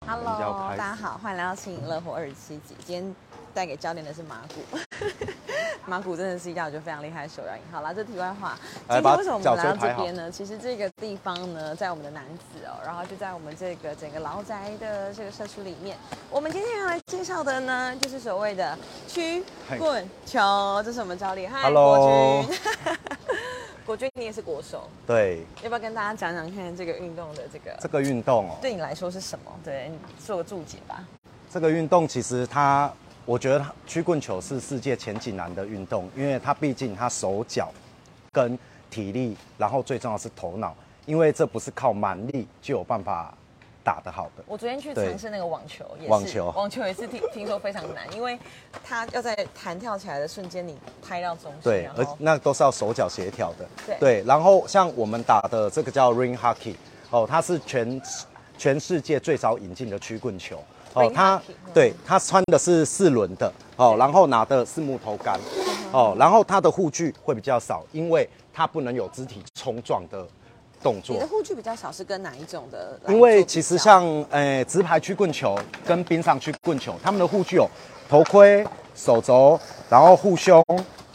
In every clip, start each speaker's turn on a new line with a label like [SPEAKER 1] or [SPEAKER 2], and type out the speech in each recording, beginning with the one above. [SPEAKER 1] 我们要
[SPEAKER 2] Hello，
[SPEAKER 1] 开
[SPEAKER 2] 大
[SPEAKER 1] 始
[SPEAKER 2] 家好，欢迎来到《轻盈乐活》二十七集。今天带给教练的是马古， 马古真的是一家我觉得非常厉害的手摇饮。好啦，这题外话，今
[SPEAKER 1] 来啊把
[SPEAKER 2] 天为什么我们
[SPEAKER 1] 脚
[SPEAKER 2] 来
[SPEAKER 1] 车
[SPEAKER 2] 到
[SPEAKER 1] 抬
[SPEAKER 2] 这
[SPEAKER 1] 好
[SPEAKER 2] 边呢？其实这个地方呢，在我们的南子哦，然后就在我们这个整个老宅的这个社区里面。我们今天要来介绍的呢，就是所谓的曲
[SPEAKER 1] 嘿
[SPEAKER 2] 棍球，这是我们教练。嗨
[SPEAKER 1] Hello
[SPEAKER 2] 国军， 国军你也是国手，
[SPEAKER 1] 对
[SPEAKER 2] 要不要跟大家讲讲看这个运动的这个
[SPEAKER 1] 这个运动哦，
[SPEAKER 2] 对你来说是什么？对，你做个注解吧。
[SPEAKER 1] 这个运动其实它，我觉得它曲棍球是世界前几难的运动，因为它毕竟它手脚跟体力，然后最重要是头脑，因为这不是靠蛮力就有办法打得好的。
[SPEAKER 2] 我昨天去
[SPEAKER 1] 对
[SPEAKER 2] 尝试那个网球，也是
[SPEAKER 1] 网球
[SPEAKER 2] 网球也是听听说非常难，因为它要在弹跳起来的瞬间，你拍到中心，
[SPEAKER 1] 对，
[SPEAKER 2] 然
[SPEAKER 1] 而
[SPEAKER 2] 后
[SPEAKER 1] 那都是要手脚协调的。
[SPEAKER 2] 对
[SPEAKER 1] 然后像我们打的这个叫 ring hockey，哦，它是全全世界最早引进的曲棍球。哦
[SPEAKER 2] Ring
[SPEAKER 1] 它
[SPEAKER 2] hockey，嗯
[SPEAKER 1] 对它穿的是四轮的，哦，然后拿的是木头杆，
[SPEAKER 2] 嗯
[SPEAKER 1] 哦，然后它的护具会比较少，因为它不能有肢体冲撞的动作。
[SPEAKER 2] 你的护具比较少，是跟哪一种的来做比较？
[SPEAKER 1] 因为其实像诶、呃直排曲棍球跟冰上曲棍球，他们的护具有头盔、手肘，然后护胸、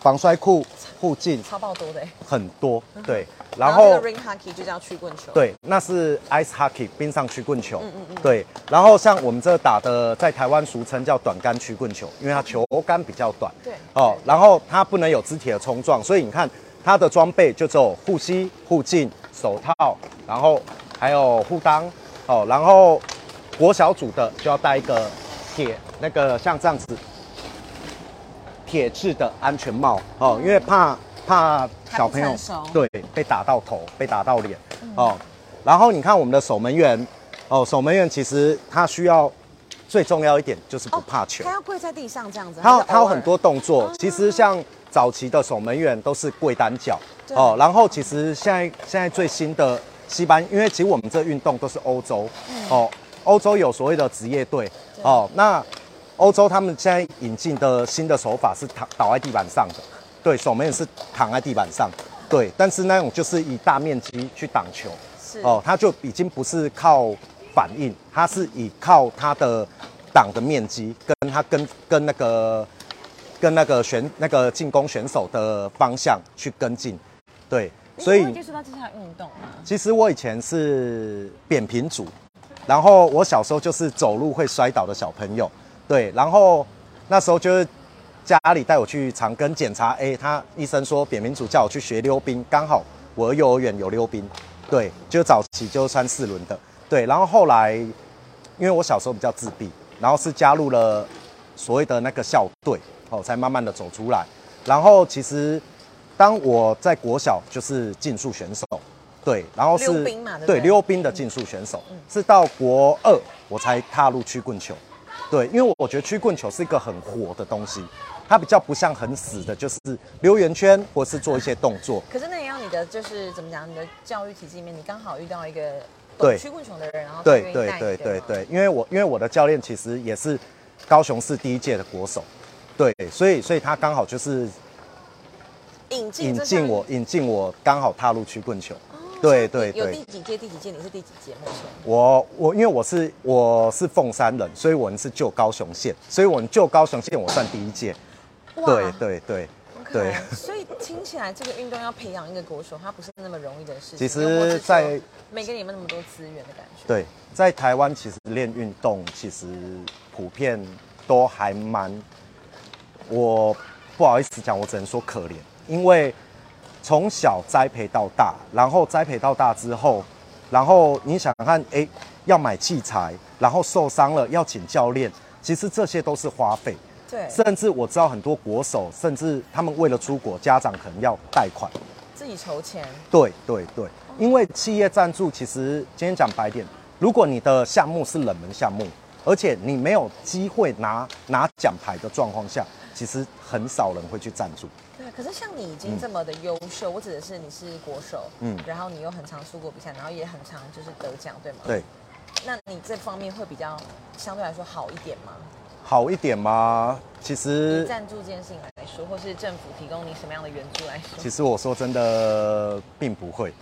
[SPEAKER 1] 防摔裤、护镜，
[SPEAKER 2] 超爆多的欸，
[SPEAKER 1] 很多，对，然
[SPEAKER 2] 然后
[SPEAKER 1] 后
[SPEAKER 2] 这个 ring hockey 就叫曲棍球，，
[SPEAKER 1] 对，那是 ice hockey 冰上曲棍
[SPEAKER 2] 嗯
[SPEAKER 1] 球，对，然后像我们这打的在台湾俗称叫短杆曲棍球，因为它球杆比较短，
[SPEAKER 2] 对
[SPEAKER 1] 哦，然后它不能有肢体的冲撞，所以你看它的装备就只有护膝、护镜、手套，然后还有护裆，哦，然后国小组的就要带一个铁那个像这样子铁质的安全帽哦，因为怕怕小朋
[SPEAKER 2] 还嗯
[SPEAKER 1] 友
[SPEAKER 2] 不成熟嗯
[SPEAKER 1] 对被打到头、被打到脸哦。然后你看我们的守门员哦，守门员其实他需要最重要一点就是不怕球，
[SPEAKER 2] 他要跪在地上这样子，
[SPEAKER 1] 他有
[SPEAKER 2] 还是
[SPEAKER 1] 他有
[SPEAKER 2] 偶尔
[SPEAKER 1] 很多动作
[SPEAKER 2] 哦。
[SPEAKER 1] 其实像早期的守门员都是跪单脚
[SPEAKER 2] 对
[SPEAKER 1] 哦，然后其实现在现在最新的西班，因为其实我们这运动都是欧洲
[SPEAKER 2] 嗯
[SPEAKER 1] 哦，欧洲有所谓的职业队哦，那欧洲他们现在引进的新的手法是躺倒在地板上的，对，守门员是躺在地板上，对，但是那种就是以大面积去挡球。
[SPEAKER 2] 是
[SPEAKER 1] 哦
[SPEAKER 2] 哦，，
[SPEAKER 1] 它就已经不是靠反应，它是以靠它的挡的面积跟它跟跟那个跟那个选那个进攻选手的方向去跟进，对，所
[SPEAKER 2] 你怎么会接
[SPEAKER 1] 以
[SPEAKER 2] 触到这项运动啊，
[SPEAKER 1] 其实我以前是扁平足，然后我小时候就是走路会摔倒的小朋友，对，然后那时候就是。家里带我去长庚检查，哎、他医生说扁平足叫我去学溜冰，刚好我幼儿园有溜冰，对，就早期就穿四轮的，对，然后后来因为我小时候比较自闭，然后是加入了所谓的那个校队，哦，才慢慢的走出来。然后其实当我在国小就是竞速选手，对，然后是
[SPEAKER 2] 溜冰嘛对不对嗯
[SPEAKER 1] 对溜冰的竞速选手，是到国二我才踏入曲棍球。对，因为我觉得曲棍球是一个很火的东西，它比较不像很死的，就是溜圆圈或是做一些动作。
[SPEAKER 2] 可是那也要你的就是怎么讲，你的教育体系里面，你刚好遇到一个懂
[SPEAKER 1] 对
[SPEAKER 2] 曲棍球的人，然后他
[SPEAKER 1] 对
[SPEAKER 2] 愿意
[SPEAKER 1] 对
[SPEAKER 2] 带哦你
[SPEAKER 1] 对
[SPEAKER 2] 的
[SPEAKER 1] 对
[SPEAKER 2] 嘛，
[SPEAKER 1] 对，因为我因为我的教练其实也是高雄市第一届的国手，对，所以所以他刚好就是
[SPEAKER 2] 引进
[SPEAKER 1] 引
[SPEAKER 2] 这项
[SPEAKER 1] 进我引进我刚好踏入曲棍球，
[SPEAKER 2] 哦
[SPEAKER 1] 对
[SPEAKER 2] 所以
[SPEAKER 1] 对
[SPEAKER 2] 有
[SPEAKER 1] 对
[SPEAKER 2] 第，几届第几届？你是第几届？目前
[SPEAKER 1] 我我因为我是我是凤山人，所以我们是旧高雄县，所以我们旧高雄县我算第一届，对对对
[SPEAKER 2] OK，
[SPEAKER 1] 对。
[SPEAKER 2] 所以听起来这个运动要培养一个国手，它不是那么容易的事情。
[SPEAKER 1] 其实
[SPEAKER 2] 又或是说
[SPEAKER 1] 在
[SPEAKER 2] 没给你们那么多资源的感觉。，
[SPEAKER 1] 对，在台湾其实练运动其实普遍都还蛮，我不好意思讲，我只能说可怜，因为从小栽培到大，然后栽培到大之后，然后你想想看，诶，要买器材，然后受伤了要请教练，其实这些都是花费。
[SPEAKER 2] 对，
[SPEAKER 1] 甚至我知道很多国手，甚至他们为了出国，家长可能要贷款。
[SPEAKER 2] 自己筹钱。
[SPEAKER 1] 对对对，因为企业赞助，其实今天讲白点，如果你的项目是冷门项目，而且你没有机会拿拿奖牌的状况下，其实很少人会去赞助。
[SPEAKER 2] 对，可是像你已经这么的优秀，我指的是你是国手，
[SPEAKER 1] 嗯
[SPEAKER 2] 嗯，然后你又很常出国比赛，然后也很常就是得奖，对吗？。
[SPEAKER 1] 对，
[SPEAKER 2] 那你这方面会比较相对来说好一点吗？
[SPEAKER 1] 好一点吗？其
[SPEAKER 2] 以
[SPEAKER 1] 实
[SPEAKER 2] 赞助这件事情来说，或是政府提供你什么样的援助来说？
[SPEAKER 1] 其实我说真的，并不会。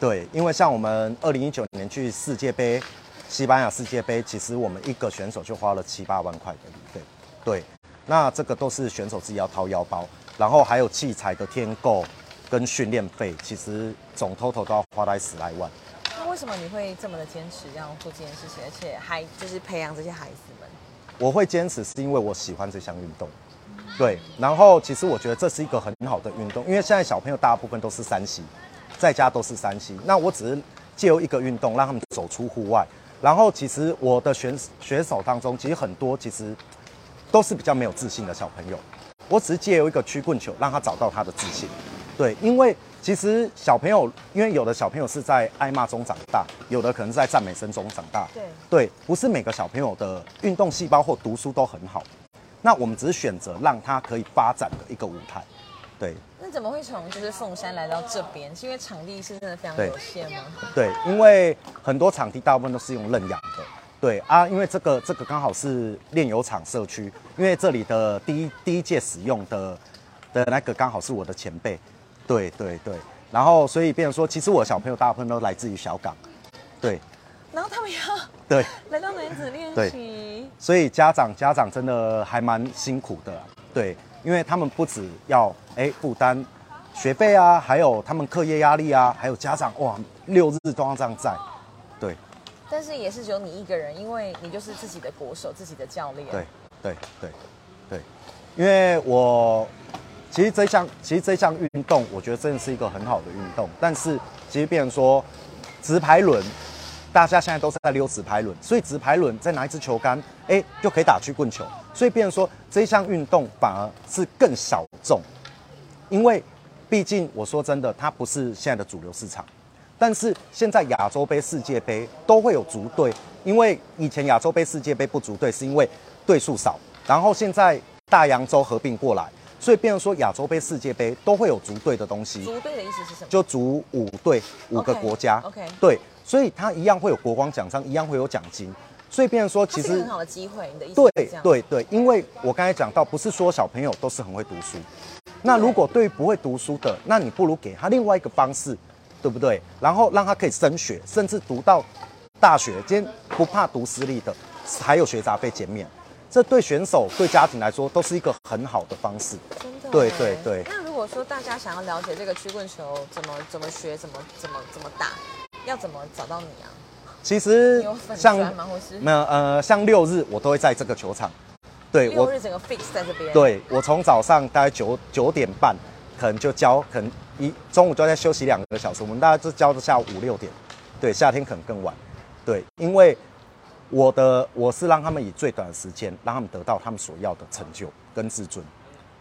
[SPEAKER 1] 对，因为像我们二零一九年去世界杯西班牙世界杯，其实我们一个选手就花了七八万块的旅费。对，那这个都是选手自己要掏腰包，然后还有器材的添购跟训练费，其实总 total 都要花大概十来万。
[SPEAKER 2] 那为什么你会这么的坚持要做这件事情，而且还就是培养这些孩子们？
[SPEAKER 1] 我会坚持是因为我喜欢这项运动，对。然后其实我觉得这是一个很好的运动，因为现在小朋友大部分都是三 C，在家都是三 C。那我只是借由一个运动让他们走出户外。然后其实我的选选手当中，其实很多其实都是比较没有自信的小朋友。我只是借由一个曲棍球让他找到他的自信。对，因为其实小朋友，因为有的小朋友是在挨骂中长大，有的可能是在赞美声中长大。
[SPEAKER 2] 对
[SPEAKER 1] 对，不是每个小朋友的运动细胞或读书都很好，那我们只是选择让他可以发展的一个舞台。对
[SPEAKER 2] 那怎么会从就是凤山来到这边？是因为场地是真的非常
[SPEAKER 1] 对
[SPEAKER 2] 有限吗？
[SPEAKER 1] 对，因为很多场地大部分都是用认养的。对啊，因为这个这个刚好是炼油厂社区，因为这里的第一第一届使用的的那个刚好是我的前辈，对对对，然后所以变成说，其实我的小朋友大部分都来自于小港，对
[SPEAKER 2] 然后他们要
[SPEAKER 1] 对，
[SPEAKER 2] 来到男子练
[SPEAKER 1] 对
[SPEAKER 2] 习，
[SPEAKER 1] 所以家长家长真的还蛮辛苦的啊，对，因为他们不只要哎负担学费啊，还有他们课业压力啊，还有家长哇六日都要这样在，对
[SPEAKER 2] 但是也是只有你一个人，因为你就是自己的国手、自己的教练。
[SPEAKER 1] 对对对对，因为我其实这项其实这项运动，我觉得真的是一个很好的运动，但是其实变成说直排轮。大家现在都是在溜直排轮，所以直排轮再拿一支球杆，哎、就可以打曲棍球。所以变成说这一项运动反而是更小众，因为毕竟我说真的，它不是现在的主流市场。但是现在亚洲杯、世界杯都会有足队，因为以前亚洲杯、世界杯不足队是因为队数少，然后现在大洋洲合并过来，所以变成说亚洲杯、世界杯都会有足队的东西。
[SPEAKER 2] 组队的意思是什么？
[SPEAKER 1] 就足五队五个
[SPEAKER 2] OK，
[SPEAKER 1] 国家
[SPEAKER 2] OK
[SPEAKER 1] 对，所以它一样会有国光奖章，一样会有奖金，所以变成说
[SPEAKER 2] 它
[SPEAKER 1] 其
[SPEAKER 2] 是一个
[SPEAKER 1] 实
[SPEAKER 2] 很好的机会，你的意思
[SPEAKER 1] 对
[SPEAKER 2] 是这样？，
[SPEAKER 1] 对对，因为我刚才讲到，不是说小朋友都是很会读书，那如果对于不会读书的，那你不如给他另外一个方式，对不对？然后让他可以升学，甚至读到大学，今天不怕读私立的，还有学杂费减免，这对选手对家庭来说都是一个很好的方式。
[SPEAKER 2] 真的。欸
[SPEAKER 1] 对对对
[SPEAKER 2] 那如果说大家想要了解这个曲棍球怎么怎么学、怎么怎么怎么打，要怎么找到你啊？
[SPEAKER 1] 其实
[SPEAKER 2] 你有粉
[SPEAKER 1] 像
[SPEAKER 2] 砖吗？或是
[SPEAKER 1] 那呃，像六日我都会在这个球场，对
[SPEAKER 2] 六
[SPEAKER 1] 我
[SPEAKER 2] 日整个 fix 在这边？，
[SPEAKER 1] 对我从早上大概九九点半，可能就教，可能一中午就在休息两个小时，我们大概就教到下午五六点，对，夏天可能更晚，对，因为我的我是让他们以最短的时间让他们得到他们所要的成就跟自尊，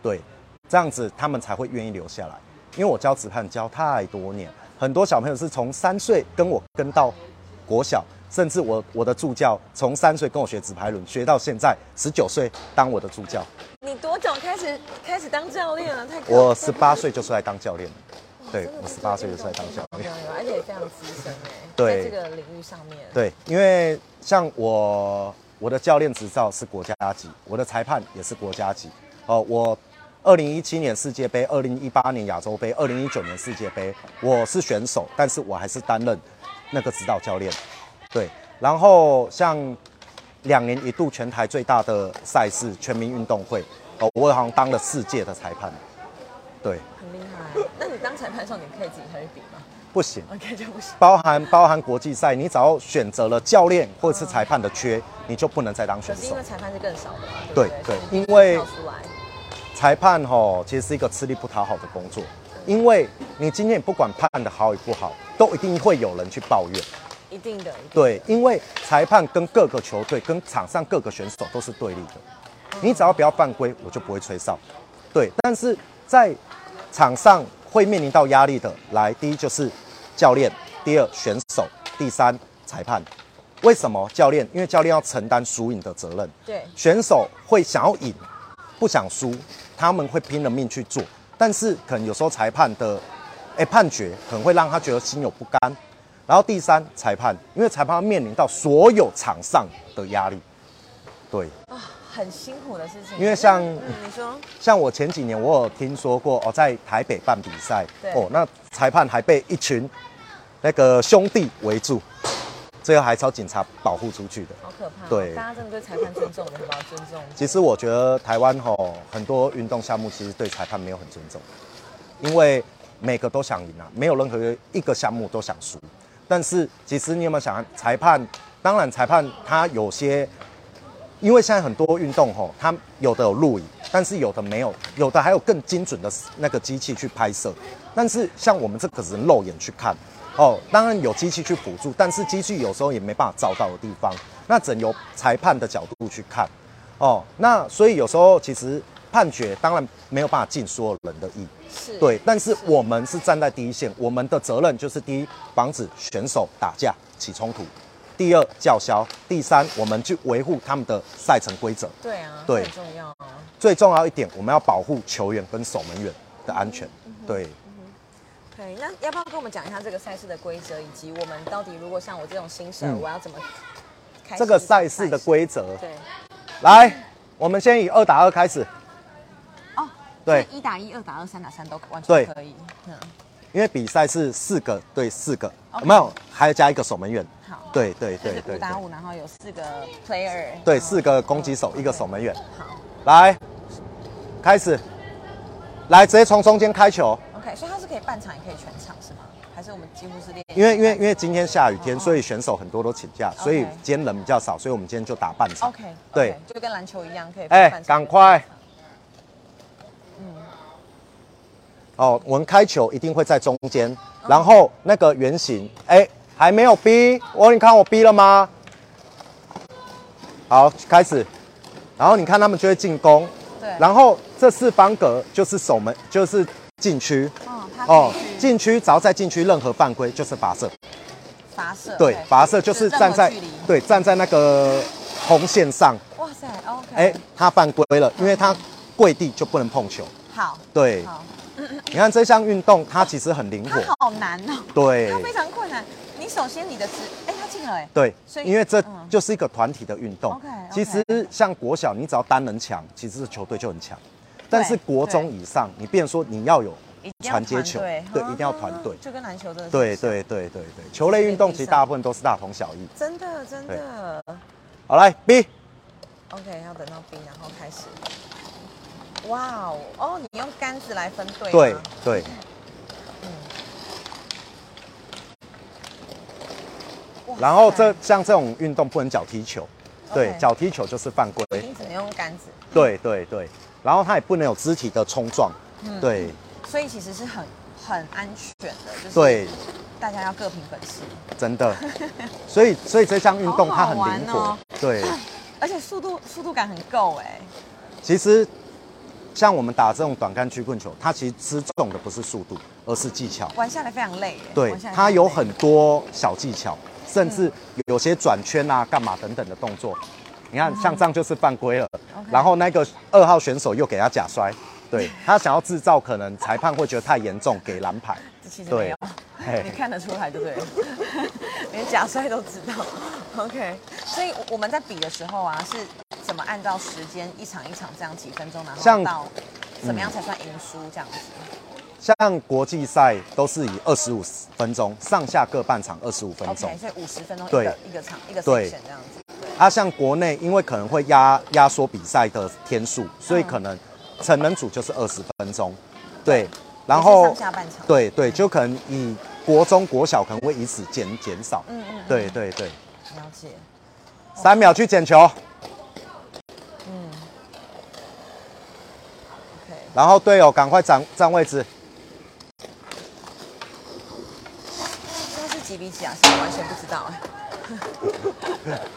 [SPEAKER 1] 对，这样子他们才会愿意留下来。因为我教指判教太多年，很多小朋友是从三岁跟我跟到国小，甚至我我的助教从三岁跟我学直排轮，学到现在十九岁当我的助教。
[SPEAKER 2] 你多久开始开始当教练了？太可
[SPEAKER 1] 我十八岁就出来当教练了，对
[SPEAKER 2] 真的
[SPEAKER 1] 我
[SPEAKER 2] 是
[SPEAKER 1] 十八岁就出来当教
[SPEAKER 2] 非
[SPEAKER 1] 练。
[SPEAKER 2] 常有，而且也非常资深哎，
[SPEAKER 1] 对
[SPEAKER 2] 在这个领域上面，，
[SPEAKER 1] 对，因为像我我的教练执照是国家级，我的裁判也是国家级。哦，我二零一七年世界杯、二零一八年亚洲杯、二零一九年世界杯，我是选手，但是我还是担任那个指导教练。对，然后像两年一度全台最大的赛事全民运动会，哦，我好像当了世界的裁判。对，
[SPEAKER 2] 很厉害。那你当裁判的时候，你可以自己下去比吗
[SPEAKER 1] 不行。
[SPEAKER 2] ？OK 就不行。
[SPEAKER 1] 包含包含国际赛，你只要选择了教练或者是裁判的缺，你就不能再当
[SPEAKER 2] 可
[SPEAKER 1] 选
[SPEAKER 2] 是因
[SPEAKER 1] 手
[SPEAKER 2] 为。裁判是更少的嘛，
[SPEAKER 1] 对
[SPEAKER 2] 不对
[SPEAKER 1] 对
[SPEAKER 2] 所以你
[SPEAKER 1] 因为
[SPEAKER 2] 跳出来
[SPEAKER 1] 裁判吼，其实是一个吃力不讨好的工作，因为你今天不管判的好与不好，都一定会有人去抱怨。
[SPEAKER 2] 一定的，一定的
[SPEAKER 1] 对，因为裁判跟各个球队、跟场上各个选手都是对立的。你只要不要犯规，我就不会吹哨。对，但是在场上会面临到压力的，来，第一就是教练，第二选手，第三裁判。为什么教练？因为教练要承担输赢的责任。
[SPEAKER 2] 对
[SPEAKER 1] 选手会想要赢，不想输，他们会拼了命去做。但是可能有时候裁判的，哎、判决可能会让他觉得心有不甘。然后第三，裁判，因为裁判要面临到所有场上的压力。对，
[SPEAKER 2] 啊，很辛苦的事情。
[SPEAKER 1] 因为像
[SPEAKER 2] 嗯，你说
[SPEAKER 1] 像我前几年我有听说过哦，在台北办比赛
[SPEAKER 2] 对，
[SPEAKER 1] 哦，那裁判还被一群那个兄弟围住，最后还朝警察保护出去的。
[SPEAKER 2] 好可怕、哦。
[SPEAKER 1] 对
[SPEAKER 2] 大家真的对裁判尊重，我们要尊重。
[SPEAKER 1] 其实我觉得台湾吼很多运动项目其实对裁判没有很尊重，因为每个都想赢啊，没有任何一个项目都想输。但是其实你有没有想，裁判当然裁判他有些，因为现在很多运动吼，他有的有录影，但是有的没有，有的还有更精准的那个机器去拍摄。但是像我们这个只能肉眼去看，哦，当然有机器去辅助，但是机器有时候也没办法照到的地方，那只能由裁判的角度去看，哦，那所以有时候其实判决当然没有办法尽所有人的意，
[SPEAKER 2] 是
[SPEAKER 1] 对，但是我们是站在第一线，我们的责任就是第一，防止选手打架起冲突；第二，叫嚣；第三，我们去维护他们的赛程规则。
[SPEAKER 2] 对啊，
[SPEAKER 1] 对
[SPEAKER 2] 这很重要啊。
[SPEAKER 1] 最重要一点，我们要保护球员跟守门员的安全。
[SPEAKER 2] 嗯
[SPEAKER 1] 对，
[SPEAKER 2] 对，那要不要跟我们讲一下这个赛事的规则，以及我们到底如果像我这种新手，
[SPEAKER 1] 嗯
[SPEAKER 2] 我要怎么开始
[SPEAKER 1] 这个赛事的规则，
[SPEAKER 2] 对
[SPEAKER 1] 来，我们先以二打二开始，
[SPEAKER 2] 哦，
[SPEAKER 1] 对
[SPEAKER 2] 所以一打一、二打二、三打三都完
[SPEAKER 1] 对
[SPEAKER 2] 全可以。嗯，
[SPEAKER 1] 因为比赛是四个对四个，
[SPEAKER 2] OK
[SPEAKER 1] 有没有？还要加一个守门员。
[SPEAKER 2] 好，
[SPEAKER 1] 对对
[SPEAKER 2] 就
[SPEAKER 1] 对
[SPEAKER 2] 是
[SPEAKER 1] 对
[SPEAKER 2] 五
[SPEAKER 1] 对
[SPEAKER 2] 打，五，然后有四个 player，
[SPEAKER 1] 对
[SPEAKER 2] 嗯
[SPEAKER 1] 四个攻击手，一个守门员。
[SPEAKER 2] 好
[SPEAKER 1] 来，开始，来直接从中间开球，
[SPEAKER 2] ，OK，所以它是可以半场也可以全场是吗？还是我们几乎是练？
[SPEAKER 1] 因为因为因为今天下雨天，
[SPEAKER 2] 哦
[SPEAKER 1] 所以选手很多都请假，所以
[SPEAKER 2] OK
[SPEAKER 1] 今天人比较少，所以我们今天就打半场。
[SPEAKER 2] OK，
[SPEAKER 1] 对，
[SPEAKER 2] 就跟篮球一样可以。
[SPEAKER 1] 哎，赶快！嗯哦，我们开球一定会在中间，
[SPEAKER 2] 嗯
[SPEAKER 1] 然后那个圆形，哎，还没有逼我，你看我逼了吗？好，开始，然后你看他们就会进攻，
[SPEAKER 2] 对，
[SPEAKER 1] 然后这四方格就是守门，就是禁区。
[SPEAKER 2] 嗯，它
[SPEAKER 1] 哦
[SPEAKER 2] 可以，去
[SPEAKER 1] 禁区只要在禁区任何犯规就是罚射，
[SPEAKER 2] 发射，
[SPEAKER 1] 对，
[SPEAKER 2] OK，
[SPEAKER 1] 罚射就是站在
[SPEAKER 2] 任何距离
[SPEAKER 1] 对站在那个红线上，
[SPEAKER 2] 哇塞，OK，
[SPEAKER 1] 哎，他犯规了，因为他跪地就不能碰球。
[SPEAKER 2] 好，
[SPEAKER 1] 对，
[SPEAKER 2] 好，
[SPEAKER 1] 你看这项运动它其实很灵活
[SPEAKER 2] 它，好难哦，
[SPEAKER 1] 对
[SPEAKER 2] 它非常困难。你首先你的姿，哎，它进了哎，
[SPEAKER 1] 对
[SPEAKER 2] 所，以
[SPEAKER 1] 因为这
[SPEAKER 2] 嗯
[SPEAKER 1] 就是一个团体的运动
[SPEAKER 2] OK，OK。
[SPEAKER 1] 其实像国小，你只要单人强，其实球队就很强。但是国中以上，你变成说你要有
[SPEAKER 2] 一定要
[SPEAKER 1] 传接球
[SPEAKER 2] 队，
[SPEAKER 1] 对，
[SPEAKER 2] 嗯
[SPEAKER 1] 一定要团队
[SPEAKER 2] 嗯。就跟篮球真的是
[SPEAKER 1] 对
[SPEAKER 2] 像，
[SPEAKER 1] 对对对对，球类运动其实大部分都是大同小异。
[SPEAKER 2] 真的真的
[SPEAKER 1] 好，来 B，
[SPEAKER 2] ，OK，要等到 B 然后开始。哇哦，哦，你用杆子来分队，
[SPEAKER 1] 对，对，
[SPEAKER 2] 哇
[SPEAKER 1] 然后这
[SPEAKER 2] 塞
[SPEAKER 1] 像这种运动不能脚踢球，对，
[SPEAKER 2] OK
[SPEAKER 1] 脚踢球就是犯规，
[SPEAKER 2] 一定只能用杆子，
[SPEAKER 1] 对对对，然后它也不能有肢体的冲撞，
[SPEAKER 2] 嗯
[SPEAKER 1] 对
[SPEAKER 2] 所以其实是很很安全的，就是
[SPEAKER 1] 对，
[SPEAKER 2] 大家要各凭本事，
[SPEAKER 1] 真 的，所以所以这项运动它
[SPEAKER 2] 好好
[SPEAKER 1] 很
[SPEAKER 2] 玩
[SPEAKER 1] 灵活
[SPEAKER 2] 哦，
[SPEAKER 1] 对，
[SPEAKER 2] 而且速度速度感很够哎，
[SPEAKER 1] 其实像我们打这种短杆曲棍球，它其实吃重的不是速度，而是技巧，
[SPEAKER 2] 玩下来非常累哎，
[SPEAKER 1] 对
[SPEAKER 2] 玩下，来
[SPEAKER 1] 它
[SPEAKER 2] 非常
[SPEAKER 1] 有
[SPEAKER 2] 累
[SPEAKER 1] 很多小技巧，甚
[SPEAKER 2] 嗯
[SPEAKER 1] 至有些转圈啊、干嘛等等的动作。你看，像这样就是犯规了，
[SPEAKER 2] 嗯 OK
[SPEAKER 1] 然后那个二号选手又给他假摔，对他想要制造可能裁判会觉得太严重，给蓝牌。
[SPEAKER 2] 其实没
[SPEAKER 1] 对
[SPEAKER 2] 有，
[SPEAKER 1] 嘿
[SPEAKER 2] 你看得出来就对了， 连假摔都知道。OK，所以我们在比的时候啊，是怎么按照时间一场一场这样几分钟，然后
[SPEAKER 1] 像嗯
[SPEAKER 2] 到怎么样才算赢输这样子？
[SPEAKER 1] 像国际赛都是以二十五分钟上下各半场二十五分钟
[SPEAKER 2] OK，，所以五十分钟一
[SPEAKER 1] 对
[SPEAKER 2] 个一个场一个
[SPEAKER 1] 对
[SPEAKER 2] section 这样子。
[SPEAKER 1] 啊，像国内因为可能会压压缩比赛的天数，
[SPEAKER 2] 嗯
[SPEAKER 1] 所以可能成人组就是二十分钟，对，然
[SPEAKER 2] 也
[SPEAKER 1] 后
[SPEAKER 2] 是上下半场
[SPEAKER 1] 对对，就可能以国中国小可能会以此减减少，
[SPEAKER 2] 嗯嗯嗯
[SPEAKER 1] 对对对，
[SPEAKER 2] 了解。
[SPEAKER 1] 三秒去捡球，
[SPEAKER 2] OK，
[SPEAKER 1] 然后队友赶快站站位置，
[SPEAKER 2] 现在是几比几啊？现在完全不知道哎。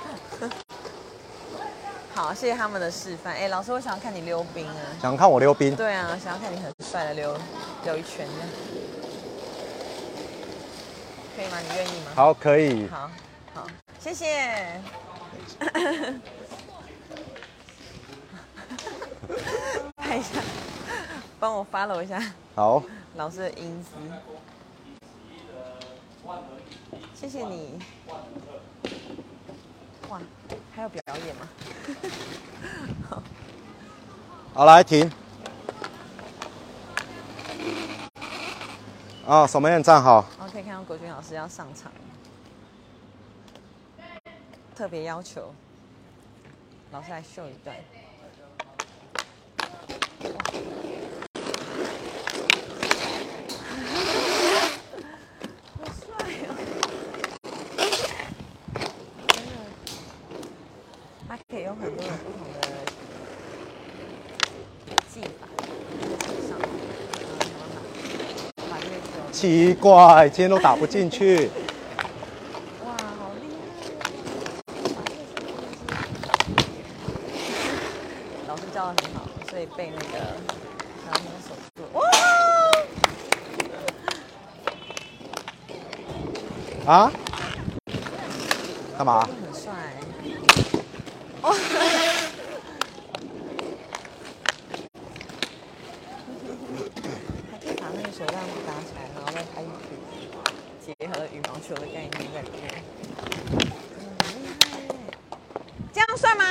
[SPEAKER 2] 好，谢谢他们的示范。哎、老师，我想要看你溜冰啊。
[SPEAKER 1] 想看我溜冰，
[SPEAKER 2] 对啊，想要看你很帅的溜溜一圈这样，可以吗？你愿意吗？
[SPEAKER 1] 好，可以，
[SPEAKER 2] 好，好，谢谢。 看一下，帮我 follow 一下
[SPEAKER 1] 好，
[SPEAKER 2] 老师的英姿。谢谢你。哇，还有表演吗？
[SPEAKER 1] 好来停，啊，守门员站好，哦
[SPEAKER 2] 然后可以看到国军老师要上场。特别要求。老师来秀一段。好帅哦！真的，它可以用很多种不同的技法上，然后把把这个球
[SPEAKER 1] 奇怪，今天都打不进去。
[SPEAKER 2] 哇，好厉害！老师教的很好，所以被那个男生守住。哇！
[SPEAKER 1] 啊？干嘛？
[SPEAKER 2] 很帅。 还可以把那个手让打起来，然后再拍一局，结合羽毛球的概念在里面。嗯这样算吗？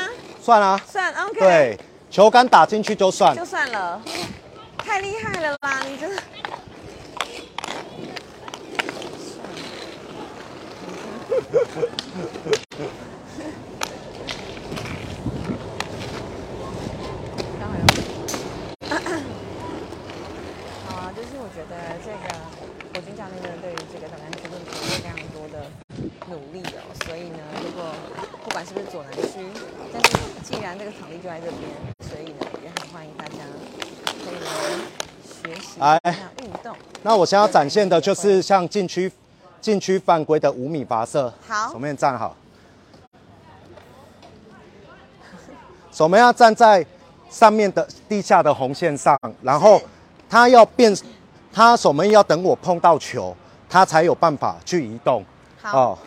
[SPEAKER 1] 算啊。
[SPEAKER 2] 算，OK。
[SPEAKER 1] 对，球杆打进去就算
[SPEAKER 2] 就。算了，太厉害了啦！你真的。当然好啊，就是我觉得这个国军教练真的对于这个短男区论做了非常多的努力哦，所以呢，如果不管是不是左南区，但是既然这个场地就在这边，所以呢也很欢迎大家可以来学习
[SPEAKER 1] 哎
[SPEAKER 2] 这项运动。
[SPEAKER 1] 那我现在要展现的就是像禁区禁区犯规的五米罚射。
[SPEAKER 2] 好
[SPEAKER 1] 手面站好。手面要站在上面的地下的红线上，然后
[SPEAKER 2] 是
[SPEAKER 1] 他要变，他手面要等我碰到球，他才有办法去移动。
[SPEAKER 2] 好，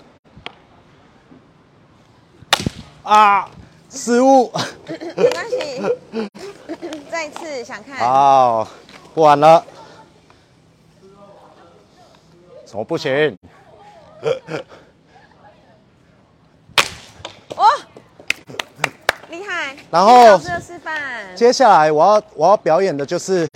[SPEAKER 1] 哦。啊，失误。
[SPEAKER 2] 没关系。再次想看，
[SPEAKER 1] 好，不玩了。怎么不行？
[SPEAKER 2] 哇，哦厉害！
[SPEAKER 1] 然后
[SPEAKER 2] 老师的示范，
[SPEAKER 1] 接下来我要我要表演的就是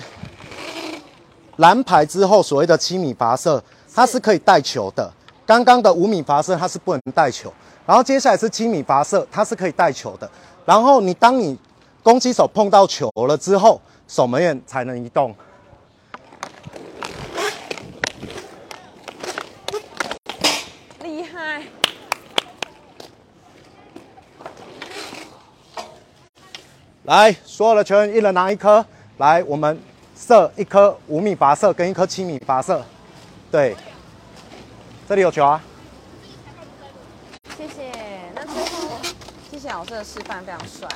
[SPEAKER 1] 蓝牌之后所谓的七米罚射，它是可以带球的。刚刚的五米罚射它是不能带球，然后接下来是七米罚射，它是可以带球的。然后你当你攻击手碰到球了之后，守门员才能移动。
[SPEAKER 2] 厉害！
[SPEAKER 1] 来，所有的球员一人拿一颗，来，我们射一颗五米罚射跟一颗七米罚射。对，这里有球啊。
[SPEAKER 2] 谢谢。那最后，谢谢老师的示范，非常帅。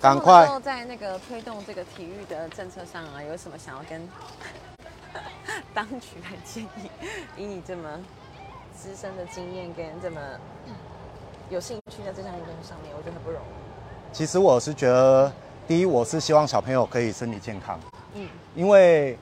[SPEAKER 1] 赶
[SPEAKER 2] 之
[SPEAKER 1] 快
[SPEAKER 2] 后在那个推动这个体育的政策上啊，有什么想要跟 当局来建议？以你这么资深的经验跟这么有兴趣在这项运动上面，我觉得很不容易。
[SPEAKER 1] 其实我是觉得，第一，我是希望小朋友可以身体健康，
[SPEAKER 2] 嗯，
[SPEAKER 1] 因为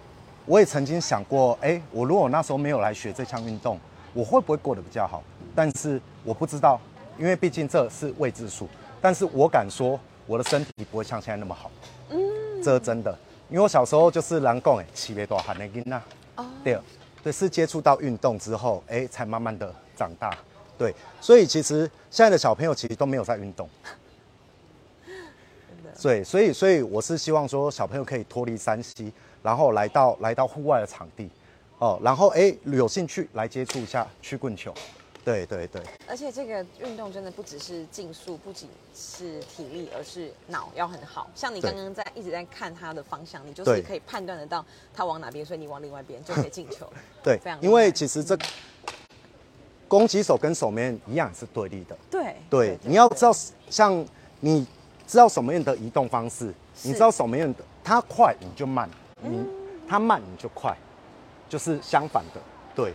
[SPEAKER 1] 我也曾经想过，哎，我如果那时候没有来学这项运动，我会不会过得比较好？但是我不知道，因为毕竟这是未知数。但是我敢说，我的身体不会像现在那么好，嗯，这是真的。因为我小时候就是人讲的，起别多喊的囡呐，
[SPEAKER 2] 哦，
[SPEAKER 1] 对，对，是接触到运动之后，哎，才慢慢的长大。对，所以其实现在的小朋友其实都没有在运动。
[SPEAKER 2] 真的，
[SPEAKER 1] 对，所以所以我是希望说小朋友可以脱离山西，然后来到来到户外的场地，哦，然后哎有兴趣来接触一下曲棍球，对对对，
[SPEAKER 2] 而且这个运动真的不只是竞速，不仅是体力，而是脑要很好。像你
[SPEAKER 1] 对
[SPEAKER 2] 刚刚在一直在看他的方向，你就是
[SPEAKER 1] 对
[SPEAKER 2] 可以判断得到他往哪边，所以你往另外一边就可以进球。
[SPEAKER 1] 对
[SPEAKER 2] 非常，厉
[SPEAKER 1] 因为
[SPEAKER 2] 害
[SPEAKER 1] 其实这攻击手跟守门员一样是 对立的，
[SPEAKER 2] 对
[SPEAKER 1] 对，你要知道像你知道守门员的移动方式，你
[SPEAKER 2] 是嗯
[SPEAKER 1] 知道守门员的他快你就慢，你他慢你就快，就是相反的，对。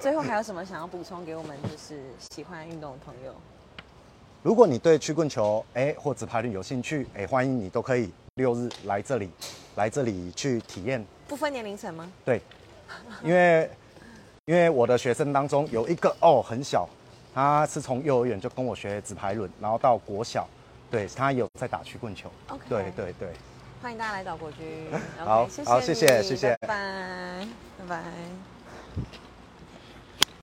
[SPEAKER 2] 最后还有什么想要补充给我们，就是喜欢运动的朋友？
[SPEAKER 1] 如果你对曲棍球哎、或直排轮有兴趣哎、欢迎你都可以六日来这里，来这里去体验。
[SPEAKER 2] 不分年龄层吗？
[SPEAKER 1] 对，因为因为我的学生当中有一个哦很小，他是从幼儿园就跟我学直排轮，然后到国小，对他有在打曲棍球。
[SPEAKER 2] OK
[SPEAKER 1] 对对对，
[SPEAKER 2] 欢迎大 家来找国军。
[SPEAKER 1] 好
[SPEAKER 2] OK，
[SPEAKER 1] 好谢谢
[SPEAKER 2] 你
[SPEAKER 1] 谢谢
[SPEAKER 2] 拜拜，拜拜。